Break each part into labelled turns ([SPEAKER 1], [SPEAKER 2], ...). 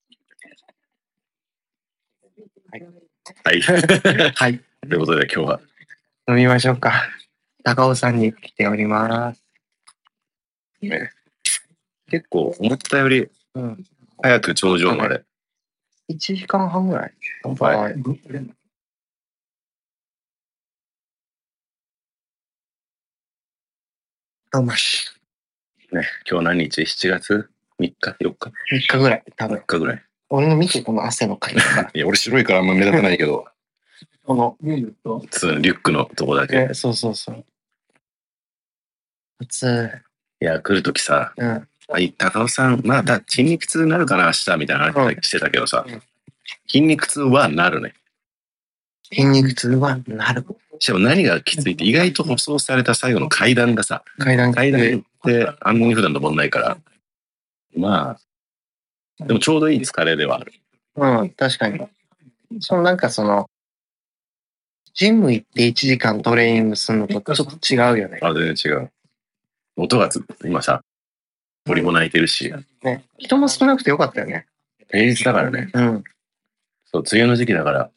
[SPEAKER 1] はい。と
[SPEAKER 2] はい。
[SPEAKER 1] いうことで今日は、
[SPEAKER 2] 飲みましょうか。高尾さんに来ております。
[SPEAKER 1] ね、結構思ったより
[SPEAKER 2] うん。
[SPEAKER 1] 早く頂上まで。
[SPEAKER 2] 1時間半ぐらい。
[SPEAKER 1] 乾杯。
[SPEAKER 2] い。どうもし。
[SPEAKER 1] ね、今日何日 ?7 月 ?3 日 ?4 日
[SPEAKER 2] 3日ぐらい、多
[SPEAKER 1] ?3
[SPEAKER 2] 分。
[SPEAKER 1] 日ぐらい。
[SPEAKER 2] 俺の見て、この汗のかき方。
[SPEAKER 1] いや、俺白いからあんま目立たないけ ど、
[SPEAKER 2] この、
[SPEAKER 1] そうリュックのとこだけ。
[SPEAKER 2] え、そうそうそう。暑い。
[SPEAKER 1] いや、来るときさ、
[SPEAKER 2] うん。
[SPEAKER 1] はい、高尾さん、まあ、だ筋肉痛になるかな、明日みたいな話してたけどさ
[SPEAKER 2] うん、
[SPEAKER 1] 筋肉痛はなるね。
[SPEAKER 2] 筋肉痛はなる。
[SPEAKER 1] しかも何がきついって、意外と舗装された最後の階段がさ、
[SPEAKER 2] 階段
[SPEAKER 1] 階段ってあんなに普段登んないから、まあ、でもちょうどいい疲れではある。
[SPEAKER 2] うん、確かに。そのなんかその、ジム行って1時間トレーニングするのとちょっと違うよね。
[SPEAKER 1] あ、全然違う。音がつ、今さ、鳥も鳴いてるし、
[SPEAKER 2] ね。人も少なくてよかったよね。
[SPEAKER 1] 平日だからね、
[SPEAKER 2] うん。
[SPEAKER 1] そう、梅雨の時期だから、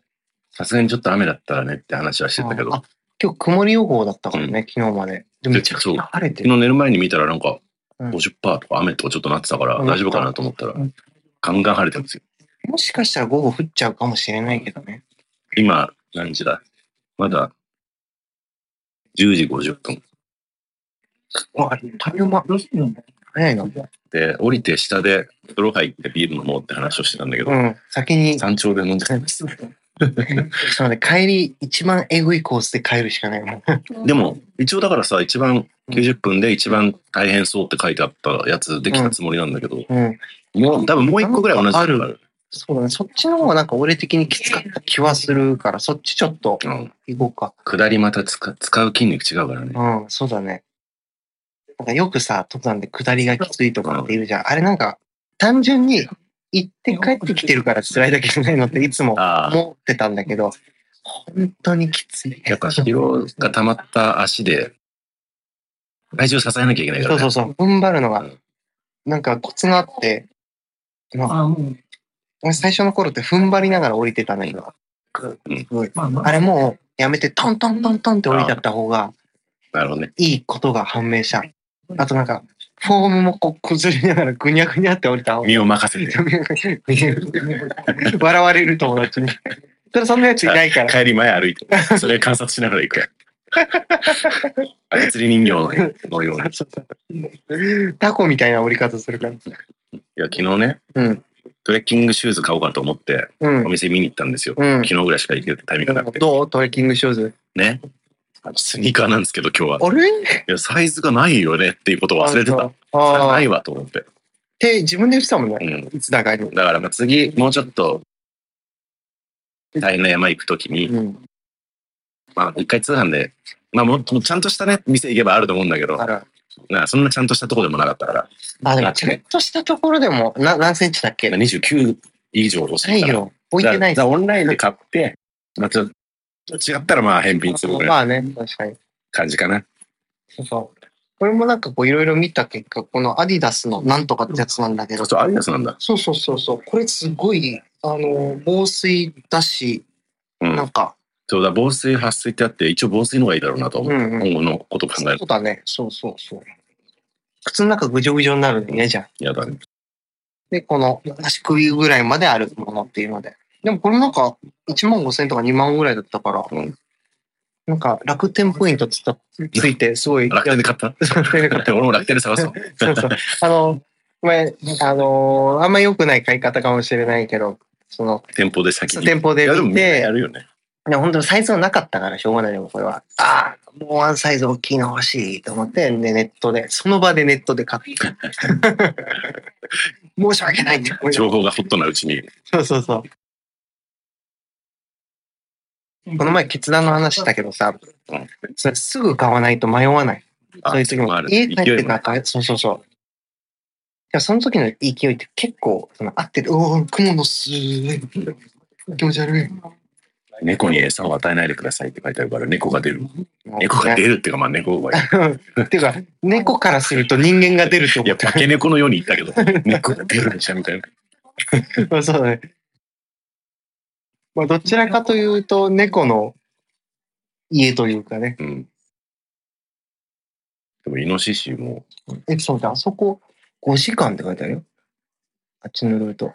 [SPEAKER 1] さすがにちょっと雨だったらねって話はしてたけど、
[SPEAKER 2] あ、今日曇り予報だったからね、昨日まで。でも
[SPEAKER 1] で
[SPEAKER 2] めちゃくちゃ晴れて
[SPEAKER 1] 昨
[SPEAKER 2] る。
[SPEAKER 1] 日寝る前に見たらなんか
[SPEAKER 2] うん
[SPEAKER 1] 50%とか雨とかちょっとなってたから
[SPEAKER 2] うん
[SPEAKER 1] 大丈夫かなと思ったら
[SPEAKER 2] うん
[SPEAKER 1] ガンガン晴れてますよ。
[SPEAKER 2] もしかしたら午後降っちゃうかもしれないけどね。
[SPEAKER 1] 今何時だまだ10時50分。
[SPEAKER 2] あ、あれ、タイマ早いな。
[SPEAKER 1] で、降りて下で風呂入ってビール飲もうって話をしてたんだけど
[SPEAKER 2] う、ん。先に、 ちょっ
[SPEAKER 1] 山頂で飲んでたんです。
[SPEAKER 2] と待って、帰り、一番エグいコースで帰るしかないもん。
[SPEAKER 1] でも一応だからさ、一番90分で一番大変そうって書いてあったやつできたつもりなんだけど、
[SPEAKER 2] うん。
[SPEAKER 1] もう多分もう一個ぐらい同じのがある。
[SPEAKER 2] そうだね。そっちの方がなんか俺的にきつかった気はするから、そっちちょっと
[SPEAKER 1] うん。
[SPEAKER 2] 行こうか。
[SPEAKER 1] 下りまた使う使う筋肉違うからね。
[SPEAKER 2] うん、そうだね。なんかよくさ、登山で下りがきついとかって言うじゃん。あれなんか、単純に行って帰ってきてるから辛いだけじゃないのっていつも
[SPEAKER 1] ああ。
[SPEAKER 2] 思ってたんだけど、本当にきつい。
[SPEAKER 1] やっぱ疲労が溜まった足で、体重を支えなきゃいけないか
[SPEAKER 2] そ
[SPEAKER 1] ら、
[SPEAKER 2] う
[SPEAKER 1] ね。
[SPEAKER 2] そうそう、踏ん張るの
[SPEAKER 1] う
[SPEAKER 2] が
[SPEAKER 1] ん、
[SPEAKER 2] なんかコツがあって、まあ、
[SPEAKER 3] あ、もう、
[SPEAKER 2] 俺最初の頃って踏ん張りながら降りてたんだけど、
[SPEAKER 1] うん
[SPEAKER 2] すごい
[SPEAKER 3] まあ、まあ、
[SPEAKER 2] あれもうやめてトントントントンって降りちゃった方が、
[SPEAKER 1] なるほどね。
[SPEAKER 2] いいことが判明した。あとなんか、フォームもこう崩れながらぐにゃぐにゃって降りた。
[SPEAKER 1] 身を任せて。
[SPEAKER 2] 笑われる友達に。ただそんなやついないから。
[SPEAKER 1] 帰り前歩いて、それ観察しながら 行くやん。操り人形のような。い
[SPEAKER 2] タコみたいな降り方するから。
[SPEAKER 1] や、昨日ね、
[SPEAKER 2] うん。
[SPEAKER 1] トレッキングシューズ買おうかと思って、
[SPEAKER 2] う
[SPEAKER 1] お
[SPEAKER 2] ん。
[SPEAKER 1] 店見に行ったんですよ。
[SPEAKER 2] うん
[SPEAKER 1] 昨。日ぐらいしか行けたタイミングがなくて。
[SPEAKER 2] どうトレッキングシューズ。
[SPEAKER 1] ね。あのスニーカーなんですけど、今日は。
[SPEAKER 2] あれ
[SPEAKER 1] いや、サイズがないよねっていうことを忘れてた。。
[SPEAKER 2] あ
[SPEAKER 1] な
[SPEAKER 2] あ。っ
[SPEAKER 1] いわと思って。
[SPEAKER 2] て自分で言ってたもん
[SPEAKER 1] う
[SPEAKER 2] ね。
[SPEAKER 1] ん。
[SPEAKER 2] いつだかに。
[SPEAKER 1] だからまあ次、もうちょっと、大変な山行くときに、
[SPEAKER 2] うん。
[SPEAKER 1] まあ、一回通販で、まあ、もっとちゃんとしたね、店行けばあると思うんだけど
[SPEAKER 2] あ、ら。
[SPEAKER 1] なそんなちゃんとしたとこでもなかったから、
[SPEAKER 2] あ、でもちょっとしたところでも、な何センチだっけ
[SPEAKER 1] 今29以上落ち
[SPEAKER 2] ない
[SPEAKER 1] てから。
[SPEAKER 2] よ。置いてない
[SPEAKER 1] だからオンラインで買って、まあ、ちょっと違ったらまあ返品するぐらい
[SPEAKER 2] まあね、確かに。
[SPEAKER 1] 感じかな。
[SPEAKER 2] そうそう。これもなんかこういろいろ見た結果、このアディダスのなんとかってやつなんだけど
[SPEAKER 1] そう、そう、アディダスなんだ。
[SPEAKER 2] そうそうそうそう、これすごい、あの、防水だし、
[SPEAKER 1] うん
[SPEAKER 2] なんか、
[SPEAKER 1] そうだ、防水、撥水ってあって、一応防水の方がいいだろうなと
[SPEAKER 2] う
[SPEAKER 1] 思う。
[SPEAKER 2] んうん。
[SPEAKER 1] 今後のこと考える
[SPEAKER 2] そうだね、そうそうそう。靴の中ぐじょぐじょになるの嫌じゃん。
[SPEAKER 1] とやだね。
[SPEAKER 2] で、この足首ぐらいまであるものっていうので。でもこれなんか1万5千とか2万ぐらいだったから、
[SPEAKER 1] うん
[SPEAKER 2] なんか楽天ポイントつったついてすごい。
[SPEAKER 1] 楽天で買 った
[SPEAKER 2] 楽天で買った
[SPEAKER 1] 俺も楽天で探すわ。
[SPEAKER 2] そうそう。あの、ごめん、あのあんま良くない買い方かもしれないけど、その、
[SPEAKER 1] 店舗で先に。
[SPEAKER 2] 店舗で
[SPEAKER 1] いやでも
[SPEAKER 2] 見
[SPEAKER 1] みんなや
[SPEAKER 2] て、
[SPEAKER 1] るよね。
[SPEAKER 2] いや本当サイズはなかったからしょうがないでもこれは。ああ、もうワンサイズ大きいの欲しいと思って、ね、ネットで、その場でネットで買った。 申し訳ないって思い
[SPEAKER 1] 情報がホットなうちに。
[SPEAKER 2] そうそうそう。この前、決断の話したけどさ
[SPEAKER 1] うん、
[SPEAKER 2] それすぐ買わないと迷わない。
[SPEAKER 1] あ
[SPEAKER 2] そういう時
[SPEAKER 1] あ
[SPEAKER 2] も
[SPEAKER 1] る。
[SPEAKER 2] 家帰っ
[SPEAKER 1] 勢
[SPEAKER 2] て
[SPEAKER 1] いも
[SPEAKER 2] なんか、そうそうそう。でもその時の勢いって結構、その合ってて、おお、雲のすー気持ち悪い。
[SPEAKER 1] 猫に餌を与えないでくださいって書いてあるから、猫が出る。猫が
[SPEAKER 2] る。
[SPEAKER 1] 出るっていうか、まあ猫が。い
[SPEAKER 2] っていうか、猫からすると人間が出るって思
[SPEAKER 1] や、
[SPEAKER 2] っ
[SPEAKER 1] 化け猫のように言った けど、猫が出るんじゃみたいな。
[SPEAKER 2] て。そうだね。まあ、どちらかというと、猫の家というかね。
[SPEAKER 1] うん。でも、イノシシも、
[SPEAKER 2] え、そうだ、あそこ5時間って書いてあるよ。あっちのルート。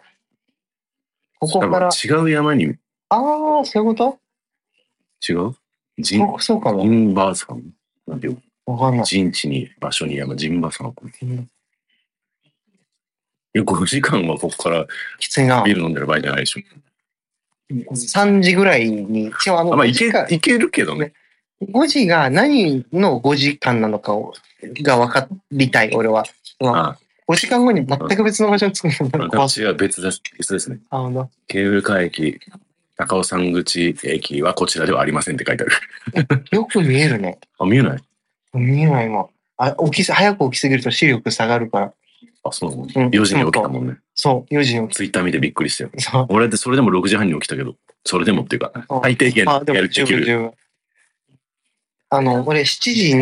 [SPEAKER 2] ここ
[SPEAKER 1] 多
[SPEAKER 2] から、あ
[SPEAKER 1] 分違う山に、違
[SPEAKER 2] あー、そういうこ
[SPEAKER 1] う
[SPEAKER 2] と
[SPEAKER 1] ジン、
[SPEAKER 2] そうそうか
[SPEAKER 1] ジ
[SPEAKER 2] も。
[SPEAKER 1] ンバーさん。なんていう
[SPEAKER 2] わかんない。
[SPEAKER 1] 陣地に、場所に山、ジンバーさん。え、5時間はここから
[SPEAKER 2] きついな
[SPEAKER 1] ビー。ル飲んでる場合じゃないでしょ。
[SPEAKER 2] 3時ぐらいに、一応あ
[SPEAKER 1] あ
[SPEAKER 2] の、
[SPEAKER 1] まあ、
[SPEAKER 2] 5
[SPEAKER 1] いけ
[SPEAKER 2] 時が、
[SPEAKER 1] いけるけどね。
[SPEAKER 2] 5時が何の5時間なのかを、が分かりたい、俺は。
[SPEAKER 1] あ
[SPEAKER 2] 5時間後に全く別の場所に着くのが怖そう
[SPEAKER 1] 私は別です別ですね。
[SPEAKER 2] あの、
[SPEAKER 1] ケーブルカー駅、高尾山口駅はこちらではありませんって書いてある。
[SPEAKER 2] よく見えるね。
[SPEAKER 1] あ、見えない
[SPEAKER 2] 見えないもん。あ、起きす、早く起きすぎると視力下がるから。
[SPEAKER 1] あ、そうなの、ね
[SPEAKER 2] うん
[SPEAKER 1] ?4 時に起きたもんね。
[SPEAKER 2] そう、4時に起
[SPEAKER 1] ツイッター見てびっくりしたよ。
[SPEAKER 2] きそう。
[SPEAKER 1] 俺ってそれでも6時半に起きたけど、それでもっていうか、
[SPEAKER 2] そう
[SPEAKER 1] 最低限
[SPEAKER 2] ま
[SPEAKER 1] や
[SPEAKER 2] あでも
[SPEAKER 1] る
[SPEAKER 2] 十
[SPEAKER 1] でき
[SPEAKER 2] 分
[SPEAKER 1] る。
[SPEAKER 2] 十分。あの、俺7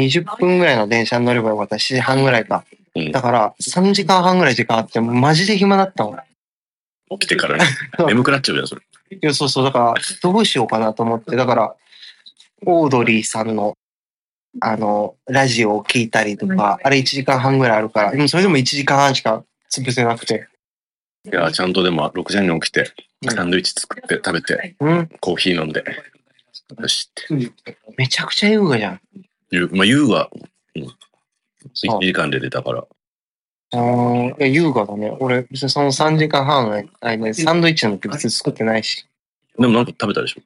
[SPEAKER 2] 時20分ぐらいの電車に乗ればよかった。7時半ぐらいか。
[SPEAKER 1] うん
[SPEAKER 2] だから3時間半ぐらい時間あって、マジで暇だったわ。
[SPEAKER 1] 起きてからね。眠くなっちゃうじゃん、それ。
[SPEAKER 2] いや、そうそう。だから、どうしようかなと思って。だから、オードリーさんの、あの、ラジオを聞いたりとか、あれ1時間半ぐらいあるから、でもそれでも1時間半しか潰せなくて。
[SPEAKER 1] いや、ちゃんとでも6時半に起きて、
[SPEAKER 2] うん
[SPEAKER 1] サンドイッチ作って食べて、
[SPEAKER 2] うん。
[SPEAKER 1] コーヒー飲んで、よしって
[SPEAKER 2] めちゃくちゃ優雅じゃん。
[SPEAKER 1] いう。まあ、優は
[SPEAKER 2] そ
[SPEAKER 1] 1時間で出たから、
[SPEAKER 2] う。うん。いや、優雅だね。俺、別にその3時間半の間にサンドイッチなんて別に作ってないし。
[SPEAKER 1] でもなんか食べたでしょ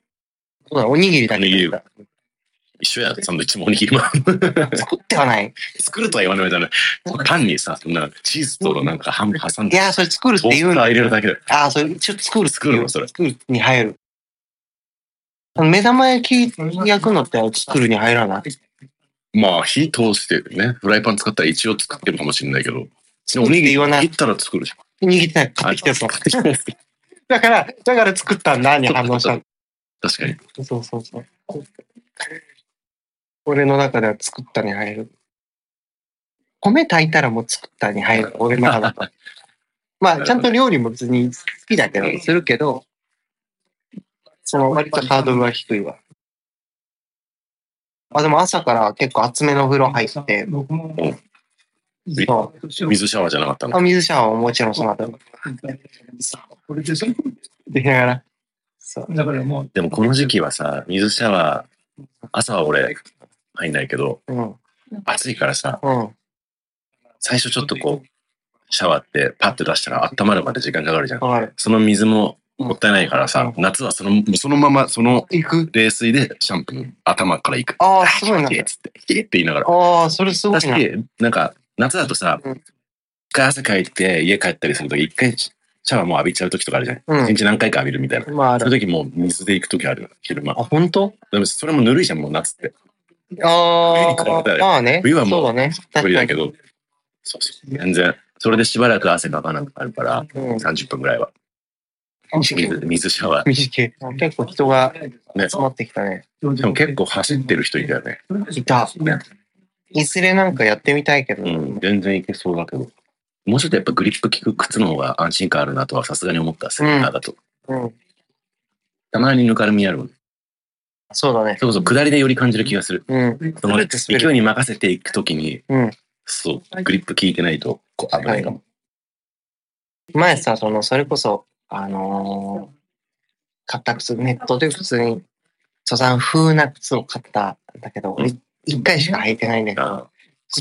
[SPEAKER 2] そうだ、おにぎりだけ食った
[SPEAKER 1] 一緒や、サンドイッチもおにぎりも。
[SPEAKER 2] 作ってはない。
[SPEAKER 1] 作るとは言わないじゃない。単にさ、そんなチーズとなんかハム挟ん
[SPEAKER 2] い
[SPEAKER 1] で、
[SPEAKER 2] や、それ作るって
[SPEAKER 1] トース
[SPEAKER 2] 言
[SPEAKER 1] タ
[SPEAKER 2] う
[SPEAKER 1] ー
[SPEAKER 2] の。
[SPEAKER 1] 入れるだけで。
[SPEAKER 2] ああ、それ、ちょっと作るって
[SPEAKER 1] 作
[SPEAKER 2] い
[SPEAKER 1] る
[SPEAKER 2] う
[SPEAKER 1] のそれ。
[SPEAKER 2] 作るに入る。あの目玉焼き焼くのって作るに入らない
[SPEAKER 1] まあ、火通してね、フライパン使ったら一応作ってるかもしれないけど、でもおにぎり
[SPEAKER 2] 言わない
[SPEAKER 1] 切ったら作るじゃ
[SPEAKER 2] 握ってない。
[SPEAKER 1] ん。
[SPEAKER 2] 買ってきてる
[SPEAKER 1] あ
[SPEAKER 2] の。
[SPEAKER 1] 買ってきたやつ
[SPEAKER 2] だから、だから作ったんだに反応したの。
[SPEAKER 1] 確かに。
[SPEAKER 2] そうそうそう。俺の中では作ったに入る。米炊いたらもう作ったに入る。俺の中で。まあ、ちゃんと料理も別に好きだけど、するけど、その割とハードルは低いわ。あ、でも朝から結構厚めの風呂入って、そ
[SPEAKER 1] 水シャワーじゃなかった
[SPEAKER 2] う。あ
[SPEAKER 1] の。
[SPEAKER 2] 水シャワーももちろんその後、
[SPEAKER 3] これでしょ
[SPEAKER 2] できながら。そう。
[SPEAKER 3] だからもう
[SPEAKER 1] でもこの時期はさ、水シャワー、朝は俺、入んないけど、
[SPEAKER 2] うん。
[SPEAKER 1] 暑いからさ、
[SPEAKER 2] うん。
[SPEAKER 1] 最初ちょっとこう、シャワーってパッて出したら温まるまで時間かかるじゃん。
[SPEAKER 2] わかる。
[SPEAKER 1] その水ももったいないからさ、夏はその、そのまま、その
[SPEAKER 2] 行く
[SPEAKER 1] 冷水でシャンプー、頭からいく。
[SPEAKER 2] ああ、すごいな
[SPEAKER 1] ヒ。エッつって、ヒエッって言いながら。
[SPEAKER 2] ああ、それすごい
[SPEAKER 1] だし
[SPEAKER 2] な。、
[SPEAKER 1] なんか、夏だとさ、
[SPEAKER 2] うん
[SPEAKER 1] 一回汗かいて家帰ったりするとき、一回シャワーもう浴びちゃうときとかあるじゃん。
[SPEAKER 2] う
[SPEAKER 1] 一日何回か浴びるみたいな。
[SPEAKER 2] ん。まあ、あ
[SPEAKER 1] そうい
[SPEAKER 2] る。
[SPEAKER 1] うときもう水で行くときある、昼間
[SPEAKER 2] あ、。本当？
[SPEAKER 1] でもそれもぬるいじゃん、もう夏って。
[SPEAKER 2] あ あ、まあね。
[SPEAKER 1] 冬はもう
[SPEAKER 2] そうだね。
[SPEAKER 1] 無理だけ
[SPEAKER 2] ど。
[SPEAKER 1] ど。そうそう。全然。それでしばらく汗かかなくなるから、
[SPEAKER 2] うん
[SPEAKER 1] 30分ぐらいは。水水シャワ
[SPEAKER 2] 短い。結構人が
[SPEAKER 1] ー。ね。
[SPEAKER 2] 集まってきたね。
[SPEAKER 1] でも結構走ってる人いたよね。
[SPEAKER 2] いた。いずれなんかやってみたいけど。
[SPEAKER 1] うん、全然いけそうだけど。もうちょっとやっぱグリップ効く靴の方が安心感あるなとはさすがに思った、スニーカーだと。
[SPEAKER 2] うん。
[SPEAKER 1] たまにぬかるみあるもん。
[SPEAKER 2] そうだね。
[SPEAKER 1] それこそ下りでより感じる気がする。
[SPEAKER 2] うん。
[SPEAKER 1] その
[SPEAKER 2] 滑って滑る
[SPEAKER 1] 勢いに任せていくときに、
[SPEAKER 2] うん
[SPEAKER 1] そう、グリップ効いてないとこう危ないかも。
[SPEAKER 2] 前さ、その、それこそ、あのー買った靴、ネットで普通に、登山風な靴を買ったんだけど、
[SPEAKER 1] うん
[SPEAKER 2] い一回しか履いてないんだけ
[SPEAKER 1] あ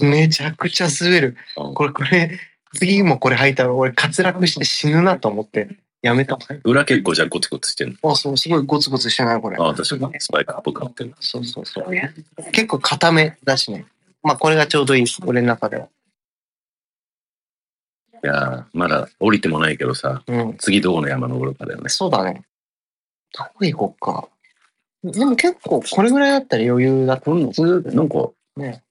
[SPEAKER 2] ど、めちゃくちゃ滑る。
[SPEAKER 1] あうん
[SPEAKER 2] これ、これ、次もこれ履いたら俺滑落して死ぬなと思って、やめた。
[SPEAKER 1] 裏結構じゃあゴツゴツしてんの。
[SPEAKER 2] あ、そう、すごいゴツゴツしてない、これ。
[SPEAKER 1] ああ、確かに。スパイクっぽくなってる。
[SPEAKER 2] そうそうそう。結構固めだしね。まあ、これがちょうどいい、俺の中では。
[SPEAKER 1] いやーまだ降りてもないけどさ、
[SPEAKER 2] うん。
[SPEAKER 1] 次どこの山登るかだよね。
[SPEAKER 2] そうだね。どこ行こうか。でも結構、これぐらいだったら余裕だと
[SPEAKER 1] こん
[SPEAKER 2] 思
[SPEAKER 1] な、それなんか、
[SPEAKER 2] ね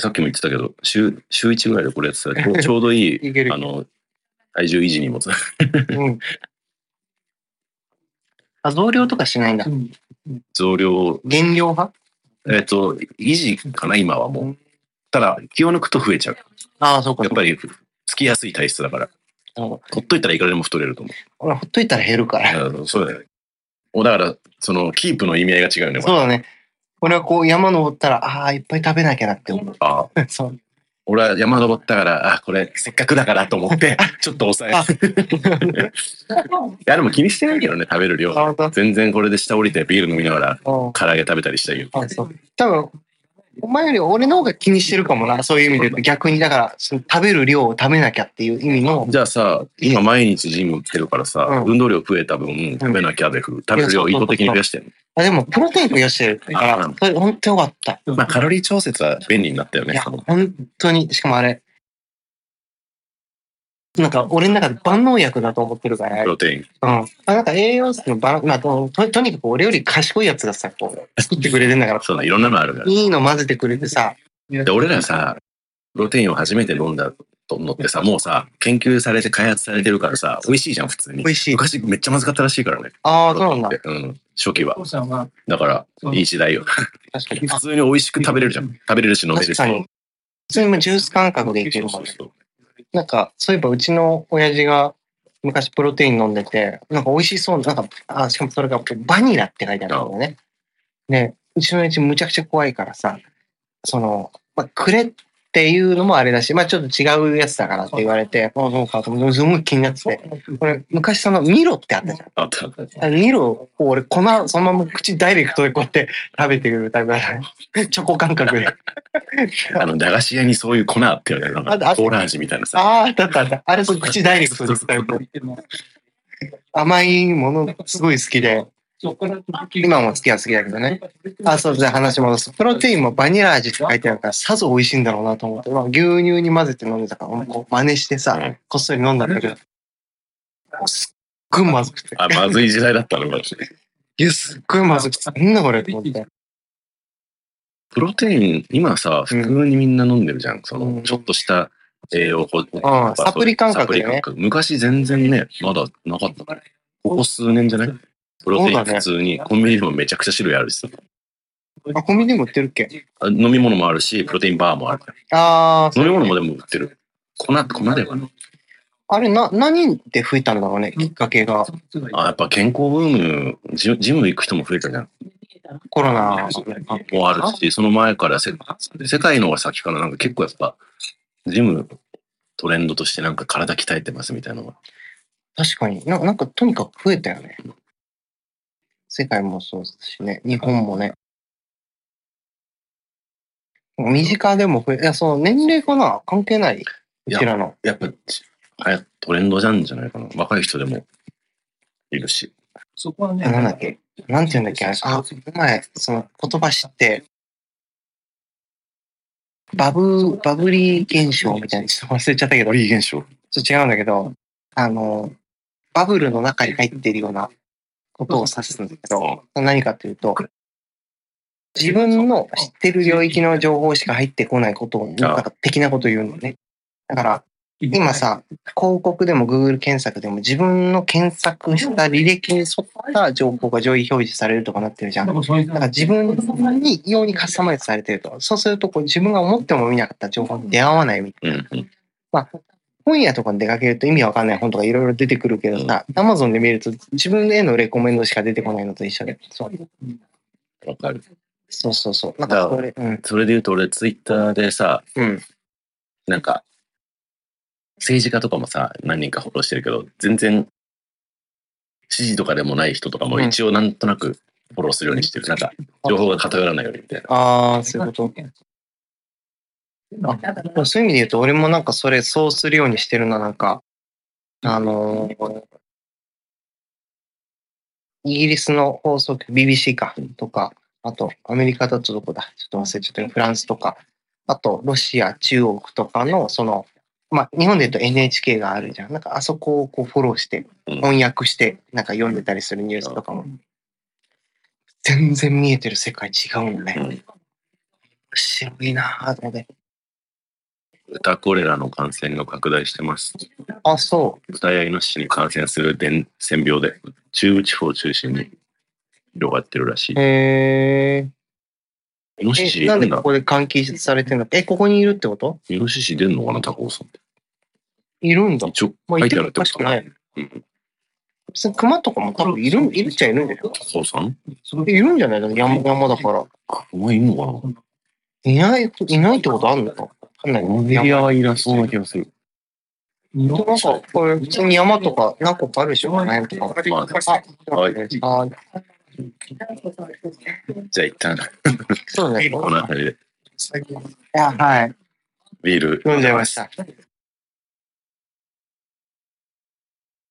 [SPEAKER 1] さっきも言ってたけど、週、週1ぐらいでこれやってたらちょう、ち ょうどいい、
[SPEAKER 2] いける
[SPEAKER 1] あの、体重維持にもつな がる
[SPEAKER 2] う。うん。あ、増量とかしないんだ。
[SPEAKER 1] 増量、
[SPEAKER 2] 減量派
[SPEAKER 1] えっ、と、維持かな、今はもう。ただ、気を抜くと増えちゃう。
[SPEAKER 2] ああ、そうかそう
[SPEAKER 1] やっ
[SPEAKER 2] か。
[SPEAKER 1] ぱり、つきやすい体質だか
[SPEAKER 2] な
[SPEAKER 1] ら。
[SPEAKER 2] るほど
[SPEAKER 1] ほっといたらいくらでも太れると思う。
[SPEAKER 2] 俺、ほっといたら減るから。
[SPEAKER 1] うんそうだよね。もうだから、その、キープの意味合いが違うよね。こ
[SPEAKER 2] そう
[SPEAKER 1] れ
[SPEAKER 2] だね。俺はこう山登ったら、ああ、いっぱい食べなきゃなって思う。
[SPEAKER 1] あ ー
[SPEAKER 2] そう。
[SPEAKER 1] 俺は山登ったから、あ、これ、せっかくだからと思って、ちょっと抑え。い
[SPEAKER 2] あ
[SPEAKER 1] や、でも気にしてないけどね、食べる量。
[SPEAKER 2] なるほど。
[SPEAKER 1] 全然これで下降りてビール飲みながら、
[SPEAKER 2] うん
[SPEAKER 1] 唐揚げ食べたりしたいよ。
[SPEAKER 2] あそう多分お前より俺の方が気にしてるかもな、そういう意味で言うと。逆に、だから、その食べる量を食べなきゃっていう意味の、
[SPEAKER 1] じゃあさ、今毎日ジム行ってるからさ、
[SPEAKER 2] うん
[SPEAKER 1] 運動量増えた分、食べなきゃで、食べる量を意図的に増やしてる。
[SPEAKER 2] あでも、プロテイン増やしてるか
[SPEAKER 1] あう
[SPEAKER 2] ら
[SPEAKER 1] ん、
[SPEAKER 2] それ本当よかった。
[SPEAKER 1] まあ、カロリー調節は便利になったよ
[SPEAKER 2] い
[SPEAKER 1] ね
[SPEAKER 2] や、。本当に、しかもあれ、なんか俺の中で万能薬だと思ってるから、
[SPEAKER 1] プロテイン。
[SPEAKER 2] うん。あなんか栄養素のバランス、まあと、ととにかく俺より賢いやつがさ、こう、作ってくれてんだから、
[SPEAKER 1] そうだ、いろんなのあるから。
[SPEAKER 2] いいの混ぜてくれてさ、
[SPEAKER 1] で、俺らさ、プロテインを初めて飲んだのってさ、もうさ、研究されて開発されてるからさ、美味しいじゃん、普通に
[SPEAKER 2] 美。味しい。
[SPEAKER 1] 昔めっちゃまずかったらしいからね。
[SPEAKER 2] ああ、そうなんだ。
[SPEAKER 1] うん、初期は。
[SPEAKER 3] 父さんは、
[SPEAKER 1] だから、いい時代よ。
[SPEAKER 2] 確かに。
[SPEAKER 1] 普通に美味しく食べれるじゃん。食べれるし飲める
[SPEAKER 2] 確
[SPEAKER 1] し。
[SPEAKER 2] かに。普通にもジュース感覚でいけるもんね。なんか、そういえばうちの親父が昔プロテイン飲んでて、なんか美味しそうな、なんか、あ、しかもそれがバニラって書いてあるんだよね。ね、うちの親父むちゃくちゃ怖いからさ、その、まあ、くれっていうのもあれだし、まあちょっと違うやつだからって言われて、あ、そうか、と思ってすごい気になってて。これ、昔そのミロってあったじゃん。
[SPEAKER 1] あった。
[SPEAKER 2] あミロを俺、粉、そのまま口ダイレクトでこうやって食べてくるタイプだから、チョコ感覚で。
[SPEAKER 1] あの、駄菓子屋にそういう粉あったよね。なん
[SPEAKER 2] ああ
[SPEAKER 1] か、コーラ味みたいなさ。
[SPEAKER 2] ああ、だったあった。あれ、 そう口ダイレクトで伝える。甘いものすごい好きで、今も好きは好きだけどね。あ、そうですね、話戻す。プロテインもバニラ味って書いてあるから、さぞ美味しいんだろうなと思って、まあ、牛乳に混ぜて飲んでたから、こう真似してさ
[SPEAKER 1] うん、
[SPEAKER 2] こっそり飲んだんだけど、すっごいまずくて。
[SPEAKER 1] あ、まずい時代だったの、マジ で。
[SPEAKER 2] いや、すっごいまずくて。なんだこれと思って。
[SPEAKER 1] プロテイン、今さ、普通にみんな飲んでるじゃん。そうの
[SPEAKER 2] ん、
[SPEAKER 1] ちょっとした栄養補
[SPEAKER 2] んサプリ感覚でね
[SPEAKER 1] サプリ感覚昔全然ね、まだなかったから。ここ数年じゃないプロテイ
[SPEAKER 2] そ
[SPEAKER 1] ン
[SPEAKER 2] うだね
[SPEAKER 1] 普通に、コンビニでもめちゃくちゃ種類あるしさ。
[SPEAKER 2] あ、コンビニでも売ってるっけ
[SPEAKER 1] あ飲み物もあるし、プロテインバーもある。
[SPEAKER 2] ああ、
[SPEAKER 1] 飲み物もでも売ってる。粉、粉だよね。
[SPEAKER 2] あれ、な、何で吹いたんだろうね、きっかけが。
[SPEAKER 1] あ、やっぱ健康ブーム、ジムジム行く人も増えたじゃん。
[SPEAKER 2] コロナ。
[SPEAKER 1] もうあるし、その前からせ世界の方が先かな。なんか結構やっぱ、ジム、トレンドとしてなんか体鍛えてますみたいなのが。
[SPEAKER 2] 確かにな。なんかとにかく増えたよね。世界もそうですしね。日本もね。身近でも増え、いや、そう、年齢かな関係ない。う
[SPEAKER 1] いや
[SPEAKER 2] ちらの。
[SPEAKER 1] やっぱ、ちはやトレンドじゃんじゃないかな。若い人でもいるし。
[SPEAKER 3] そこはね、
[SPEAKER 2] なんだっけなんて言うんだっけあれあ、前、その言葉知って、バブ、バブリー現象みたいに、ちょっと忘れちゃったけど、
[SPEAKER 1] いい現象。
[SPEAKER 2] ちょっと違うんだけど、あの、バブルの中に入っているようなことを指すんだけど、何かというと、自分の知ってる領域の情報しか入ってこないことを、なんか的なことを言うんだよね。だから、今さ、広告でも Google 検索でも自分の検索した履歴に沿った情報が上位表示されるとかなってるじゃん。
[SPEAKER 3] で
[SPEAKER 2] だ
[SPEAKER 3] もそういう、
[SPEAKER 2] から自分に用にカスタマイズされてると。そうするとこう自分が思っても見なかった情報に出会わないみたいな
[SPEAKER 1] うんうん。
[SPEAKER 2] まあ、本屋とかに出かけると意味わかんない本とかいろいろ出てくるけどさ、アマゾンで見ると自分へのレコメンドしか出てこないのと一緒で。そう
[SPEAKER 1] わかる。
[SPEAKER 2] そうそうそう。なんかこれ、うん。
[SPEAKER 1] それで言うと俺、ツイッターでさ、
[SPEAKER 2] うん。
[SPEAKER 1] なんか、政治家とかもさ、何人かフォローしてるけど、全然、支持とかでもない人とかも一応なんとなくフォローするようにしてる。なんか、情報が偏らないようにみたいな。
[SPEAKER 2] ああ、そういうこと。まあそういう意味で言うと、俺もなんかそれ、そうするようにしてるな、なんか。あのーイギリスの放送局、BBC か、とか、あと、アメリカだとどこだ、ちょっと忘れちゃったけどフランスとか、あと、ロシア、中国とかの、その、まあ、日本で言うと NHK があるじゃん。なんか、あそこをこうフォローして、
[SPEAKER 1] うん
[SPEAKER 2] 翻訳して、なんか読んでたりするニュースとかも。全然見えてる世界違うのね。
[SPEAKER 1] うん
[SPEAKER 2] 面白いなぁと思って。
[SPEAKER 1] 豚コレラの感染が拡大してます。
[SPEAKER 2] あ、そう。
[SPEAKER 1] 豚やイノシシに感染する伝染病で、中部地方を中心に広がってるらしい。
[SPEAKER 2] へえ。
[SPEAKER 1] イノシシ
[SPEAKER 2] え、
[SPEAKER 1] い
[SPEAKER 2] な
[SPEAKER 1] る
[SPEAKER 2] んで
[SPEAKER 1] ん
[SPEAKER 2] こ
[SPEAKER 1] だ。
[SPEAKER 2] こで監禁されてんだえ、ここにいるってこと
[SPEAKER 1] イノシシ出んのかな、高尾さんって。
[SPEAKER 2] いるんだ。
[SPEAKER 1] 一応
[SPEAKER 2] まあ、
[SPEAKER 1] 書
[SPEAKER 2] い
[SPEAKER 1] い
[SPEAKER 2] て
[SPEAKER 1] てあ
[SPEAKER 2] も
[SPEAKER 1] る
[SPEAKER 2] おか
[SPEAKER 1] ってこ
[SPEAKER 2] し
[SPEAKER 1] と
[SPEAKER 2] く
[SPEAKER 1] か
[SPEAKER 2] ない。
[SPEAKER 1] うん
[SPEAKER 2] 別に熊とかも多分いる、いるっちゃいるんでしょ
[SPEAKER 1] そうさん
[SPEAKER 2] いるんじゃないの山山だから。
[SPEAKER 1] 熊いるのか
[SPEAKER 2] いない、いないってことあるのかわかんな。
[SPEAKER 1] ないこのエリアはいらそうな気がする。
[SPEAKER 2] なんか、これ、普通に山とか何個かあるでしょ何とか。
[SPEAKER 1] まあね、
[SPEAKER 2] あ、
[SPEAKER 1] はい
[SPEAKER 2] あ
[SPEAKER 1] じゃあ一旦、
[SPEAKER 2] そうだね。
[SPEAKER 1] この辺りで
[SPEAKER 2] あはい。
[SPEAKER 1] ビール
[SPEAKER 2] 飲んじゃいました。